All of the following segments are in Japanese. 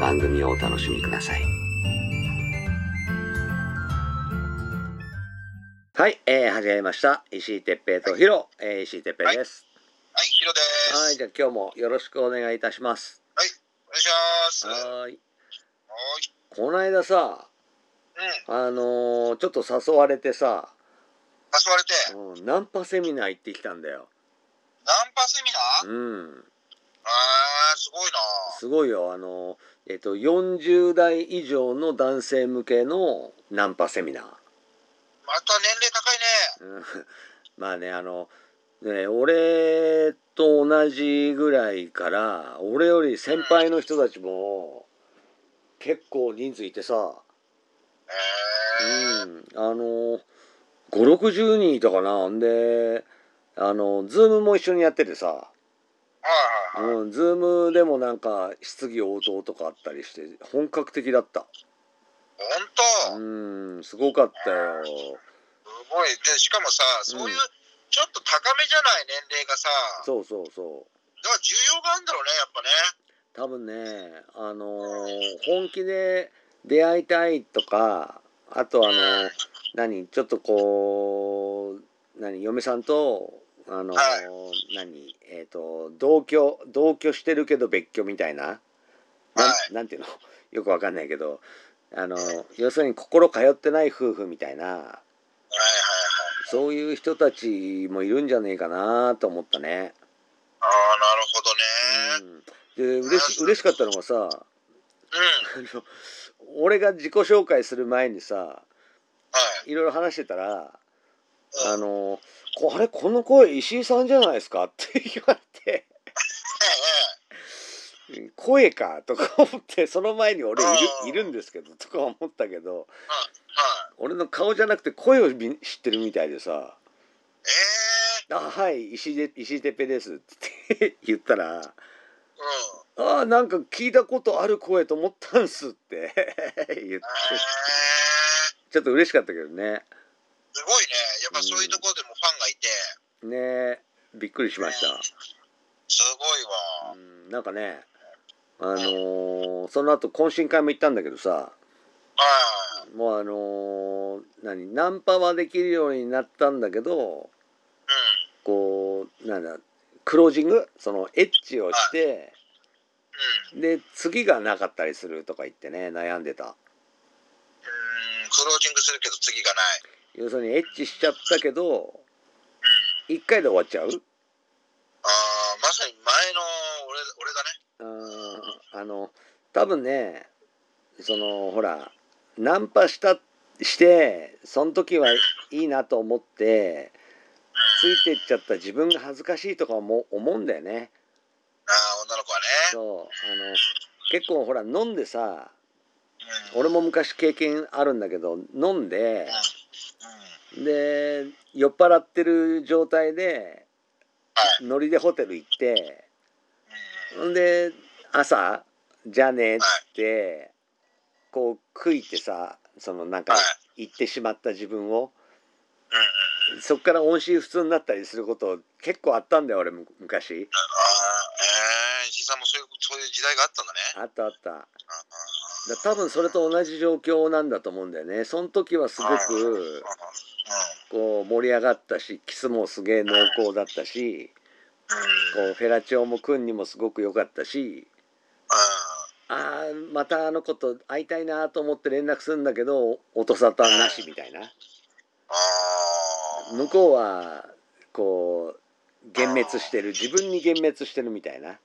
番組をお楽しみください。はい、えー、始めました。石井哲平とヒロ、えー、石井哲平です。はい、ヒロではい、す。じゃあ今日もよろしくお願いいたします。お願いします。ははーい。ーい。この間さ、うん。あのーちょっと誘われてさ、誘われて、うん、ナンパセミナー行ってきたんだよ。ナンパセミナー、うん。あー、すごいなすごいよ。あのーえっと、40代以上の男性向けのナンパセミナー。また年齢高いね。うんまあねあのね俺と同じぐらいから俺より先輩の人たちも結構人数いてさ、えー。うん、あの560人いたかなんであのズームも一緒にやっててさ、はいはいはい。うん、ズームでもなんか質疑応答とかあったりして本格的だったほんと、うんすごかったよすごい。で、しかもさ、そういう、うんちょっと高めじゃない年齢がさ、だかそうそうそうら需要があるんだろうね、やっぱ多分ねね。あのー本気で出会いたいとかあとあのー何ちょっとこう何嫁さんとあのーは何えっ、と同居同居してるけど別居みたいななん,、はなんていうの よくわかんないけどあのー要するに心通ってない夫婦みたいなはいそういう人たちもいるんじゃねえかなと思ったね。はいはい。あー、なるうん、ほどね。で嬉し嬉しかったのがさうん。あの俺が自己紹介する前にさはい。いろいろ話してたら「あうん。のこあれこの声石井さんじゃないですか?」 って言われて「声か」とか思ってその前に俺いあるーいるんですけどとか思ったけどはい。俺の顔じゃなくて声をみ知ってるみたいでさえ「ー。あはい石井で石井てっぺです」って 言ったらうん。 「あーなんか聞いたことある声と思ったんす」って 言って えー。ちょっと嬉しかったけどねすごいね。やっぱそういうところでもファンがいて、ねびっくりしました。すごいわ。うんなんかねあのーその後懇親会も行ったんだけどさはい。もうあのー何ナンパはできるようになったんだけどうん。こうなんだクロージングそのエッチをしてうで次がなかったりするとか言ってね悩んでたん。うん。クロージングするけど次がない。要するにエッチしちゃったけど1回で終わっちゃうああ、まさに前の俺俺だね。あーあの多分ねそのほらナンパしたしてその時はいいなと思ってついてっちゃった自分が恥ずかしいとかも思うんだよね。ああ、女の子はね。そうあの結構ほら飲んでさうん。うん。うん。俺も昔経験あるんだけど飲んではで酔っ払ってる状態でい。ノリでホテル行ってうん。うん。んで朝じゃあねっつってこう悔いてさそのなんかはい行ってしまった自分をうん。うん。そっから音信不通になったりすること結構あったんだよ俺む昔ああ、ええー、石井さんもそういうそういう時代があったんだね。あったあっただああ多分それと同じ状況なんだと思うんだよねその時はすごくああこう盛り上がったしキスもすげえ濃厚だったしうん。うん。こうん。うフェラチオも君にもすごく良かったしああーまたあの子と会いたいなと思って連絡するんだけど音沙汰なしみたいなああ。向こうはこう幻滅してる自分に幻滅してるみたいなあ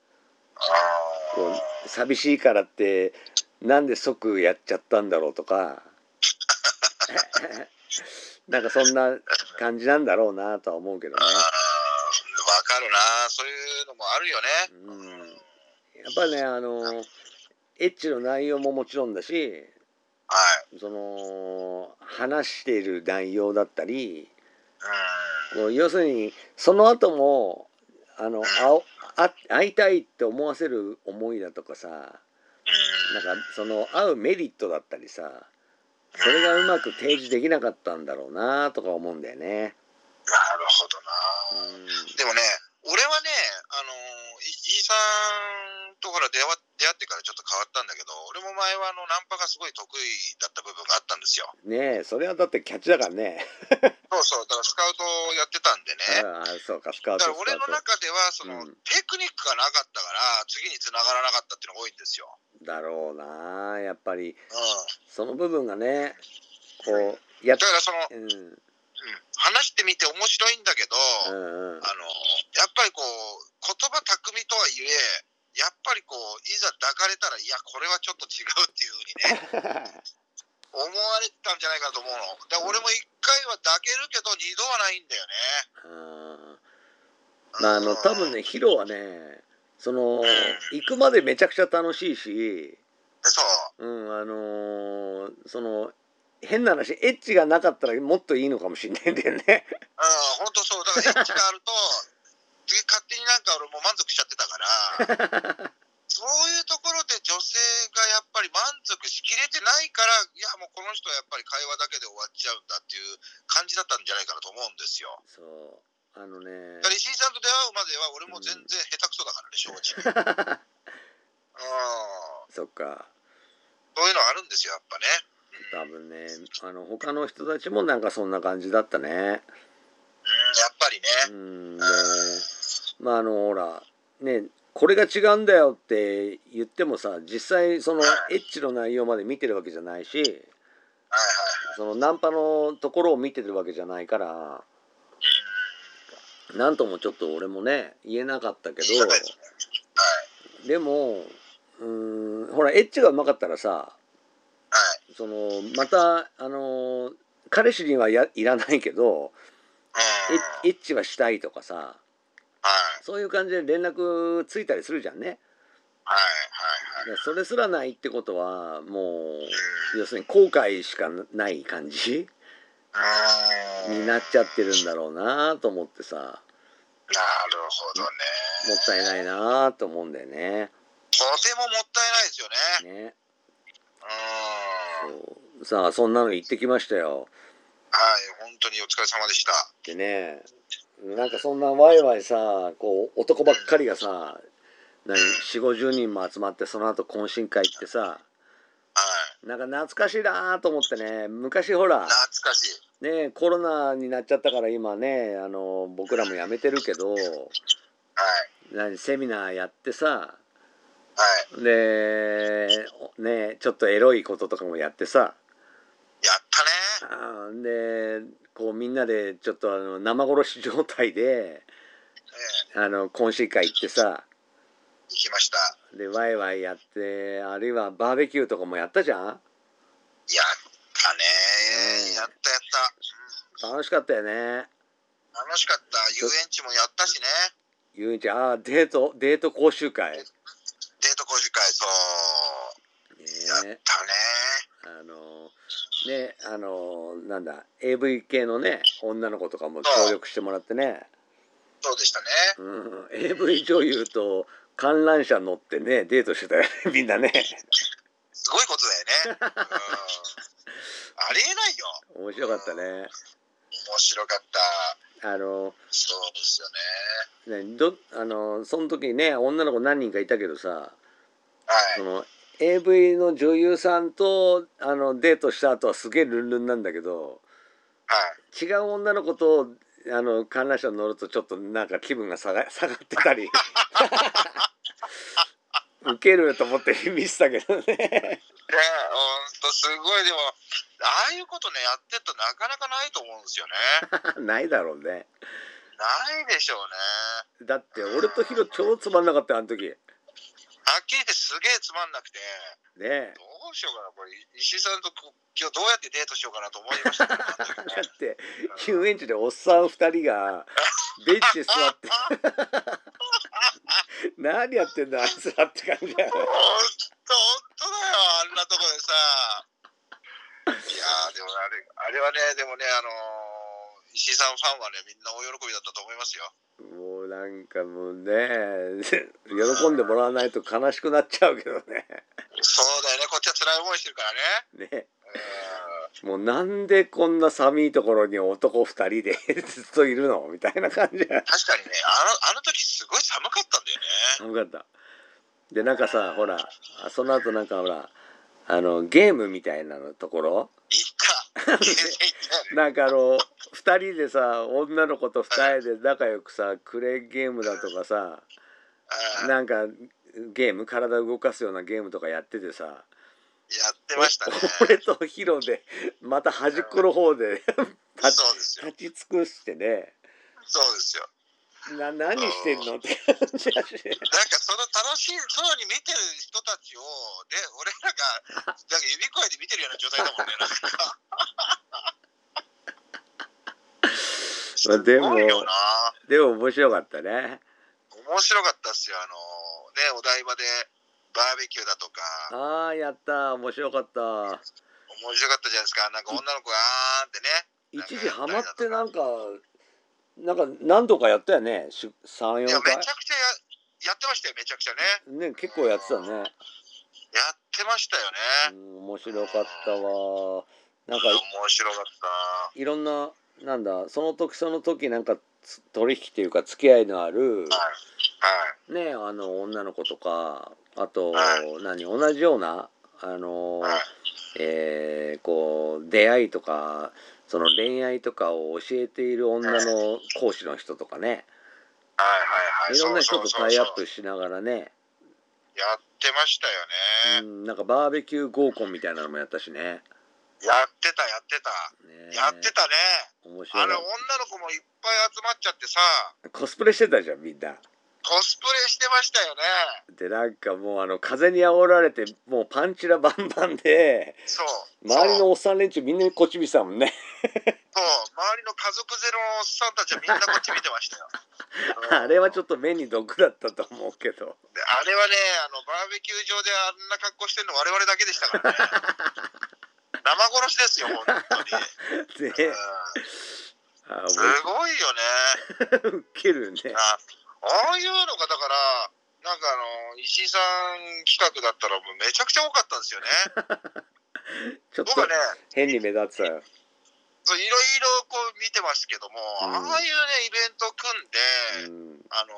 こう寂しいからってなんで即やっちゃったんだろうとか なんかそんなあ。感じなんだろうなとは思うけどねああ。わかるな。そういうのもあるよね。うんやっぱねあのエッチの内容ももちろんだしはい。その話している内容だったりうん。もう要するにその後もあのあおあ会いたいって思わせる思いだとかさなんかうん。その会うメリットだったりさそれがうまく提示できなかったんだろうなとか思うんだよね。なるほどな。でもね、俺はね、あのー、い飯井さんとほら出会わ出会ってからちょっと変わったんだけど、俺も前はあのナンパがすごい得意だった部分があったんですよ。うん、ねえそれはだってキャッチだからね。そうそう、だからスカウトをやってたんでう んあね。そうかスカウトスだから俺のカウ中ではその、うんテクニックがなかったから次に繋がらなかったっていうのが多いんですよ。トだろうなやっぱりうその部分がねこん。うやっだからその、うんうんうん話してみて面白いんだけど、うんあのやっぱりこう言葉巧みとはいえやっぱりこういざ抱かれたらいやこれはちょっと違うっていうふうにね 思われてたんじゃないかと思うので俺も一回は抱けるけど二度はないんだよね うんまああの多分ねねヒロはねその行くまでめちゃくちゃ楽しいし、そううんあのーその変な話エッチがなかったらもっといいのかもしれないんだよね。うん本当そうだからエッチがあると で勝手になんか俺もう満足しちゃってたから そういうところで女性がやっぱり満足しきれてないからいやもうこの人はやっぱり会話だけで終わっちゃうんだっていう感じだったんじゃないかなと思うんですよそうあのねだから石井さんと出会うまでは俺も全然下手くそだからね 正直うんそっかそういうのあるんですよやっぱ多ね分ねあの他の人たちもなんかそんな感じだったね。うんやっぱうりねんでまああのほらねこれが違うんだよって言ってもさ実際そのエッチの内容まで見てるわけじゃないしはいそのナンパのところを見てるわけじゃないからなんともちょっと俺もね言えなかったけはいはいはいどでもうーんほらエッチがうまかったらさそのまたあのー彼氏にはやいらないけどうんはいエッエッチはしたいとかさそういう感じで連絡ついたりするじゃんね。はいはいはいだからそれすらないってことはもうう要するに後悔しかない感じんになっちゃってるんだろうなと思ってさなるほどねもったいないなと思うんだよね。とてももったいないですよねねうそうんさあそんなの行ってきましたよ。はい本当にお疲れ様でしたでねなんかそんなワイワイさこう男ばっかりがさ何4 5 0人も集まってその後懇親会行ってさはいなんか懐かしいなと思ってね昔ほら懐かしいねコロナになっちゃったから今ねあの僕らもやめてるけどはい何セミナーやってさはいでねちょっとエロいこととかもやってさやったねあーでこうみんなでちょっとあの生殺し状態でえあの懇親会行ってさえ行きましたでワイワイやってあるいはバーベキューとかもやったじゃんやったねねえやったやった楽しかったよね楽しかった遊園地もやったしねゆういちゃんああデートデート講習会ねデート講習会そうやったねえあのねあのなんだ AV 系のね女の子とかも協力してもらってね、そうでしたねうん、AV 女優と観覧車乗ってねデートしてたよね みんなねすごいことだよね、うん、ありえないよ面白かったね面白かったあのそうですよねねどあのその時ね女の子何人かいたけどさはいその AV の女優さんとあのデートした後はすげえルンルンなんだけどはい違う女の子とあの観覧車乗るとちょっとなんか気分が下が下がってたり、うウケると思って見てたけどね。ね、ほんとすごい、でも、ああいうことね、やってるとなかなかないと思うんですよね。ないだろうね。ないでしょうね。だって俺とヒロ超つまんなかったよあの時。ねはっきり言ってすげえつまんなくて、え。どうしようかな、これ、石井さんとこ今日どうやってデートしようかなと思いましたけどだって遊園地でおっさん2人がベンチに座って 何やってんだあいつらって感じだよねほんと、ほんとだよ、あんなとこでさ。いやー、でもあれ、あれはね、でもね、あのー石井さんファンはね、みんな大喜びだったと思いますよ。もうなんかもうね喜んでもらわないと悲しくなっちゃうけどそうだよね、こっちは辛い思いしてるからね。ねねうんもうなんでこんな寒いところに男2人で ずっといるのみたいな感じが確かにね、あのあの時すごい寒かったんだよね。寒かったでなんかさほらあその後なんかほらあのゲームみたいなのところ 行った。全然行ったよね。なんかあの2人でさ女の子と2人で仲良くさクレーンゲームだとかさうんなんかゲーム体動かすようなゲームとかやっててさやってましたね。俺とヒロでまた端っこの方で立ちそうですよ。立ち尽くしてねそうですよ。な何してんのって感じだしねなんかその楽しそうに見てる人たちを、で、俺らが、なんか指くわえて見てるような状態だもんね、なんか。すまあでもごいよな。でも面白かったね面白かったっすよ。あの、ね、お台場でバーベキューだとか、あーやった面白かった面白かったじゃないですか。なんか女の子があーんってね。一時ハマってなんかなんか何度かやったよねいや、 34め回ちゃくちゃややってましたよ、めちゃくちゃね。ね結構やってたねやってましたようね。ん面白かったわなんか面白かった。いろんななんだその時その時なんかつ取引というか付き合いのあるはい。ねあの女の子とかあとは何同じようなあのはい。えーこう出会いとかその恋愛とかを教えている女の講師の人とかねはいはいはい。いろんな人とタイアッそうそうそうそプうしながらねやってましたうよね。んなんかバーベキュー合コンみたいなのもやったしねやってたやってた。ねやってたね。面白あいれ女の子もいっぱい集まっちゃってさ、コスプレしてたじゃんみんな。コスプレしてましたよね。でなんかもうあの風に煽られてもうパンチラバンバンでそう。周りそうのおっさん連中みんなこっち見てたもんね。そう周りの家族ゼロのおっさんたちはみんなこっち見てましたよ あれはちょっとょっと目に毒だったと思うけどあれはね、あのバーベキュー場であんな格好してるの我々だけでし たからね。生殺しですよ、本当 に。でうんあすごいよね。もうウケるねあああいうのがだからなんかあの石井さん企画だったらもうめちゃくちゃ多かったんですよ ね。ちょっと僕はね変に目立ってたよそういろいろこう見てますけども、うんああいうねイベント組うんで、んあの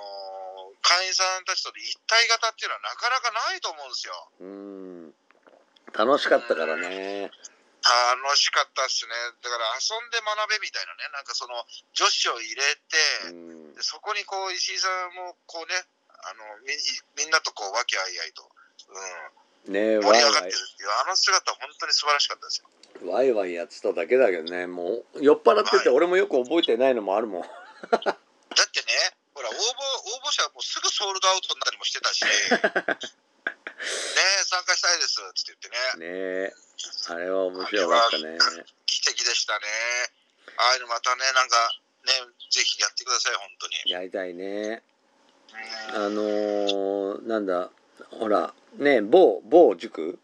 ー会員さんたちとの一体型っていうのはなかなかないと思うんですよ。うん楽しかったからね楽しかったっすね。だから遊んで学べみたいなねなんかその女子を入れうて、んでそこにこう石井さんもこうねあのみみんなとこう和気あいあいと。うんねえ盛ワりイ上がってワるっていうあの姿本当に素晴らしかったですよ。イワイワイやってただけだけどねもう酔っ払ってて俺もよく覚えてないのもあるもんだってね、ほら応募応募者はもうすぐソールドアウトになったりもしてたし、ねえ参加したいですって言ってねね、えあれは面白かったね奇跡でしたね。ああいうのまたねなんかねぜひやってください本当に。やりたいねうんあのーなんだほらね某某塾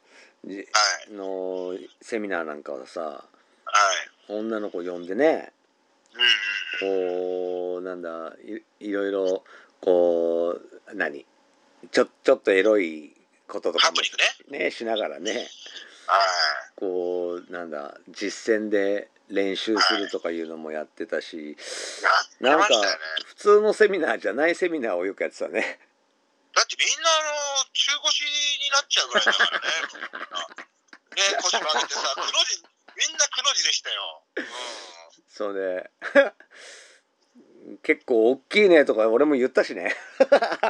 じはいのセミナーなんかはさはい。女の子呼んでねうんこうんうなんだいいろいろこう何ちょちょっとエロいこととかハもプニングね。ねしながらねはい。こうなんだ実践で練習するとかいうのもやってたしやってましたよね。普通のセミナーじゃないセミナーをよくやってたね。 だってみんなあの中腰になっちゃうぐらいだからね。ね腰曲げてさくの字みんなくの字でしたよ。うんそうね 結構大きいねとか俺も言ったしね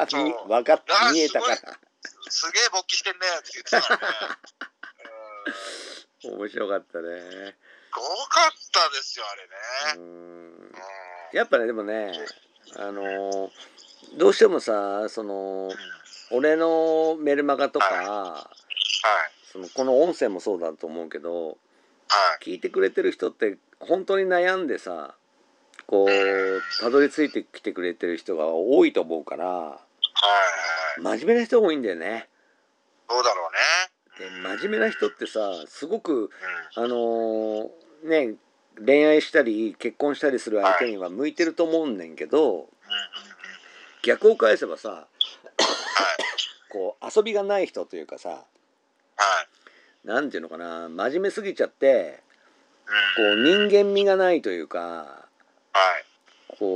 そう分かっ あー見えたからすげえ勃起してんねって言ってたからね。うん面白かったねすごかったですよ、あれうね。んうんやっぱねでもねあのーどうしてもさその俺のメルマガとかはい。そのこの音声もそうだと思うけどはい。聞いてくれてる人って本当に悩んでさこうたどり着いてきてくれてる人が多いと思うからはい。はい真面目な人多いんだよね。そうだろうね。で真面目な人ってさすごくうん。あのーね恋愛したり結婚したりする相手には向いてると思うんねんけど逆を返せばさはい。こう遊びがない人というかさはい。何ていうのかな真面目すぎちゃってうん。こう人間味がないというかはい。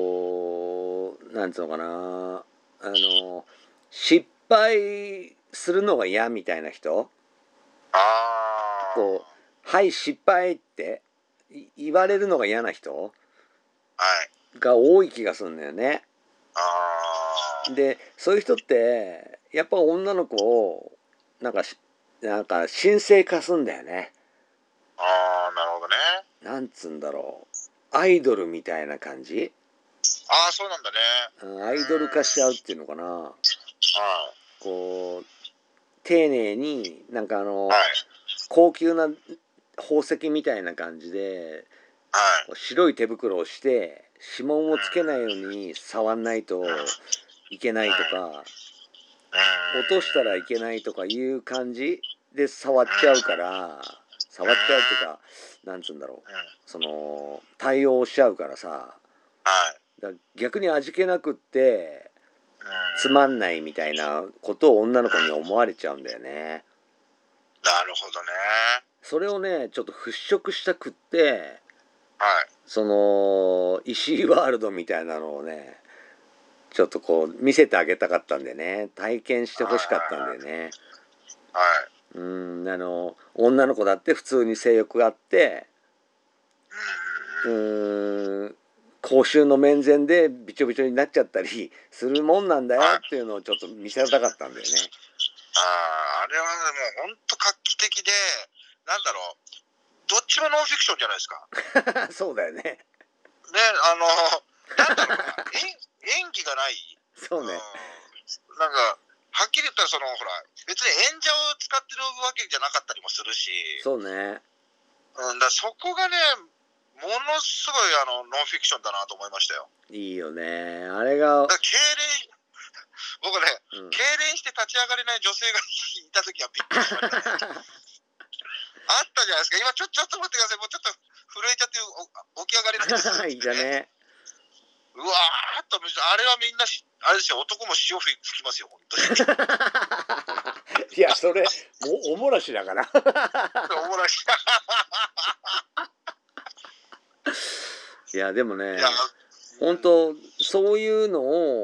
こうなんつうのかなあの失敗するのが嫌みたいな人ああ。こ「はい失敗」ってい言われるのが嫌な人はい。が多い気がするんだよね。ああ。でそういう人ってやっぱ女の子をなんかしなんか神聖化すんだよね。ああ、なるほどね。なんつうんだろうアイドルみたいな感じああ、そうなんだね。うんアイドル化しちゃうっていうのかなはこう丁寧になんかあのい。はい。高級な宝石みたいな感じではい。こう白い手袋をして指紋をつけないように触んないといけないとかうん落としたらいけないとかいう感じで触っちゃうから触っちゃうっていうかなんつうんだろううん。はい。その対応しちゃうからさだから逆に味気なくってうんつまんないみたいなことを女の子に思われちゃうんだよね。なるほどね。それをねちょっと払拭したくってはい。その石井ワールドみたいなのをねちょっとこう見せてあげたかったんでね体験してほしかったんでねはい。うんあの女の子だって普通に性欲があってうん公衆の面前でびちょびちょになっちゃったりするもんなんだよっていうのをちょっと見せたかったんだよね。ああ、あれはもう本当画期的で、なんだろう。どっちもノンフィクションじゃないですか。 そうだよね。ね、あの、なんだろうな、え演技がない。そうね。うんなんか、はっきり言ったら、その、ほら、別に演者を使ってるわけじゃなかったりもするし、そうね。うん、だからそこがね、ものすごいあのノンフィクションだなと思いましたよ。いいよね。あれが、うんだから、痙攣、僕ね、痙攣して立ち上がれない女性がいたときはびっくりしました、ね。あったじゃないですか、今ちょ、ちょっと待ってください、もうちょっと震えちゃってお起き上がれないです、 いたね。うわーっと、あれはみんなし、あれですよ、男も潮吹きますよ、本当に。いや、それ、もおもらしだから。 おもろい。いや、でもねい、や、本当、そういうの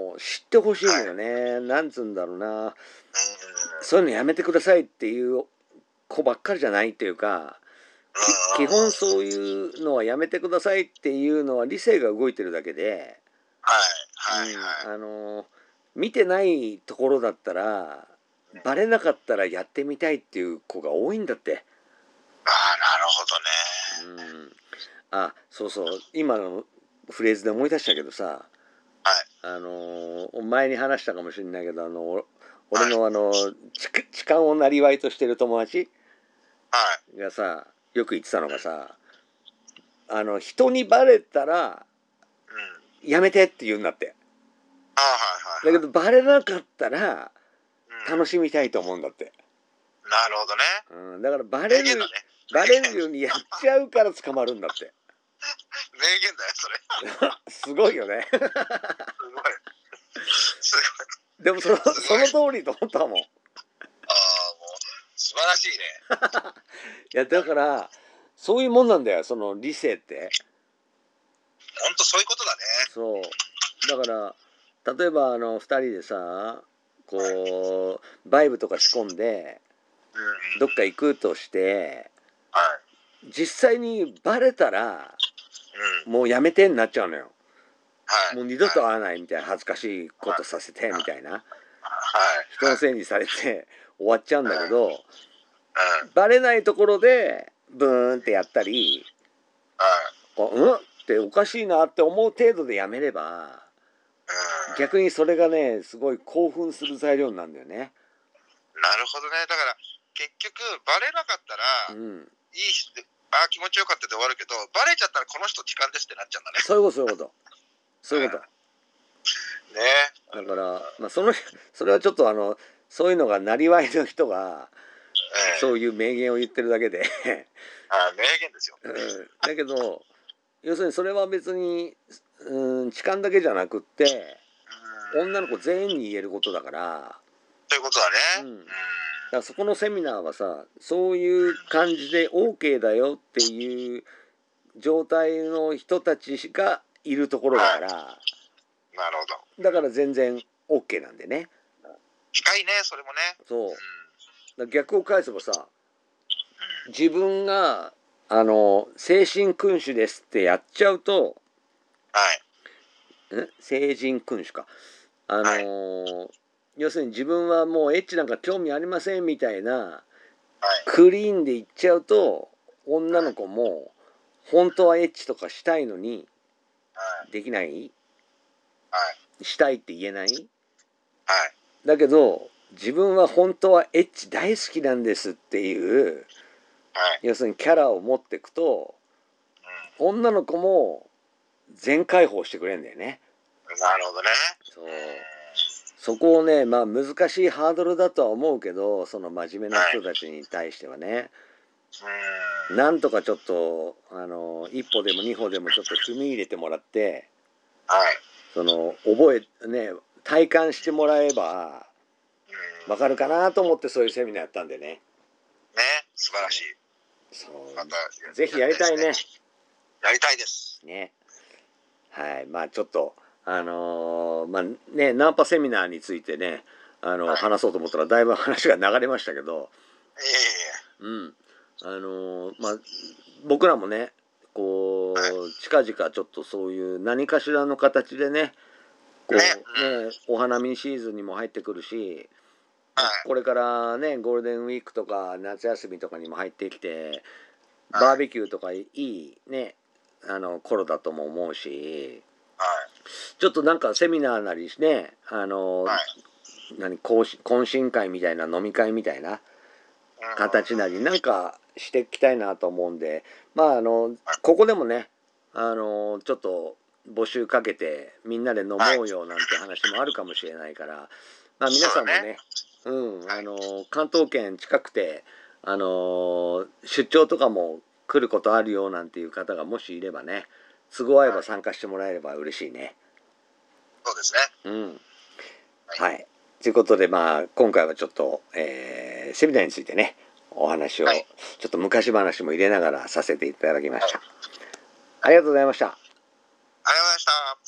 を知ってほしいのよね。なんつうんだろうな。うそういうのやめてくださいっていう子ばっかりじゃないっていうか、きん基本そういうのはやめてくださいっていうのは理性が動いてるだけで、はい、はい、はい。うんあのー見てないところだったらバレなかったらやってみたいっていう子が多いんだって。ああ、なるほどね。うん、あそうそう今のフレーズで思い出したけどさ、はいあのー前に話したかもしれないけどあのお俺のあの痴漢痴漢をなりわいとしてる友達はい。がさよく言ってたのがさあの人にバレたらうん。やめてって言うんだってああ、はだい、はい。けどバレなかったらうん楽しみたいと思うんだって、なるほどね。うん、だからバレ名る言だね。バレるようにやっちゃうから捕まるんだって名言だよ、それ。すごいよねすごい。すごい。でもそのその通りと思ったもんいああ、もう、素晴らしいね。やだからそういうもんなんだよその理性って本当そういうことだね。そうだから例えばあの2人でさこうバイブとか仕込んでうん。どっか行くとしてはい。実際にバレたらうん。もうやめてになっちゃうのよはい。もう二度と会わないみたいな恥ずかしいことさせてみたいなはい。はい。人のせいにされて終わっちゃうんだけどうん。バレないところでブーンってやったりはい。こううんっておかしいなって思う程度でやめればうん。逆にそれがねすごい興奮する材料になるんだよね。なるほどね。だから、結局、バレなかったうら、ん、いい人で、ああ、気持ちよかったで終わるけど、バレちゃったらこの人痴漢ですってなっちゃうんだね。そういうことそういうことそういうこと。ねだから、まあ、そのそれはちょっとあのそういうのがなりわいの人がええそういう名言を言ってるだけで、あ名言ですよ。うんだけど要するにそれは別に、うん、痴漢だけじゃなくってうん。女の子全員に言えることだからということだね。ううんん。だからそこのセミナーはさそういう感じで OK だよっていう状態の人たちがいるところだからなるほど。だから全然 OK なんでね深いね、それもね。そううん。だから逆を返せばさ自分があの精神君主ですってやっちゃうとはい。ん成人君主かあのはいー要するに自分はもうエッチなんか興味ありませんみたいなはい。クリーンでいっちゃうと女の子も本当はエッチとかしたいのにはい。できないはい。したいって言えないはい。だけど自分は本当はエッチ大好きなんですっていうはい。要するにキャラを持ってくと女の子も全開放してくれんだよね。うん。なるほどね。そうそこをねまあ難しいハードルだとは思うけどその真面目な人たちに対してはねうん。なんとかちょっとあの一歩でも二歩でもちょっと踏み入れてもらってはい。その覚えね体感してもらえばうん。わかるかなと思ってそういうセミナーやったんでねね、素晴らしい。そうまた、ぜひやりたいね。やりたいです。ねはいまあちょっとあのーまあねナンパセミナーについてねあの、はい話そうと思ったらだいぶ話が流れましたけどいえいえいうん、あのーまあ僕らもねこはいう近々ちょっとそういう何かしらの形でねこうねねお花見シーズンにも入ってくるしえ。はい。これからねゴールデンウィークとか夏休みとかにも入ってきてはいバーベキューとかいいねあの頃だとも思うしはい。ちょっとなんかセミナーなりねあのーはい何懇親懇親会みたいな飲み会みたいなうん形なりなんかしていきたいなと思うんでまああのここでもねあのちょっと募集かけてみんなで飲もうよなんて話もあるかもしれないから、まあ、皆さんもねうんあの関東圏近くてあの出張とかも来ることあるよなんていう方がもしいればね都合合えば参加してもらえれば嬉しいね。そうですね。うんはい、ということで、まあ、今回はちょっと、えーセミナーについてねお話を、はいちょっと昔話も入れながらさせていただきました。ありがとうございました。ありがとうございました。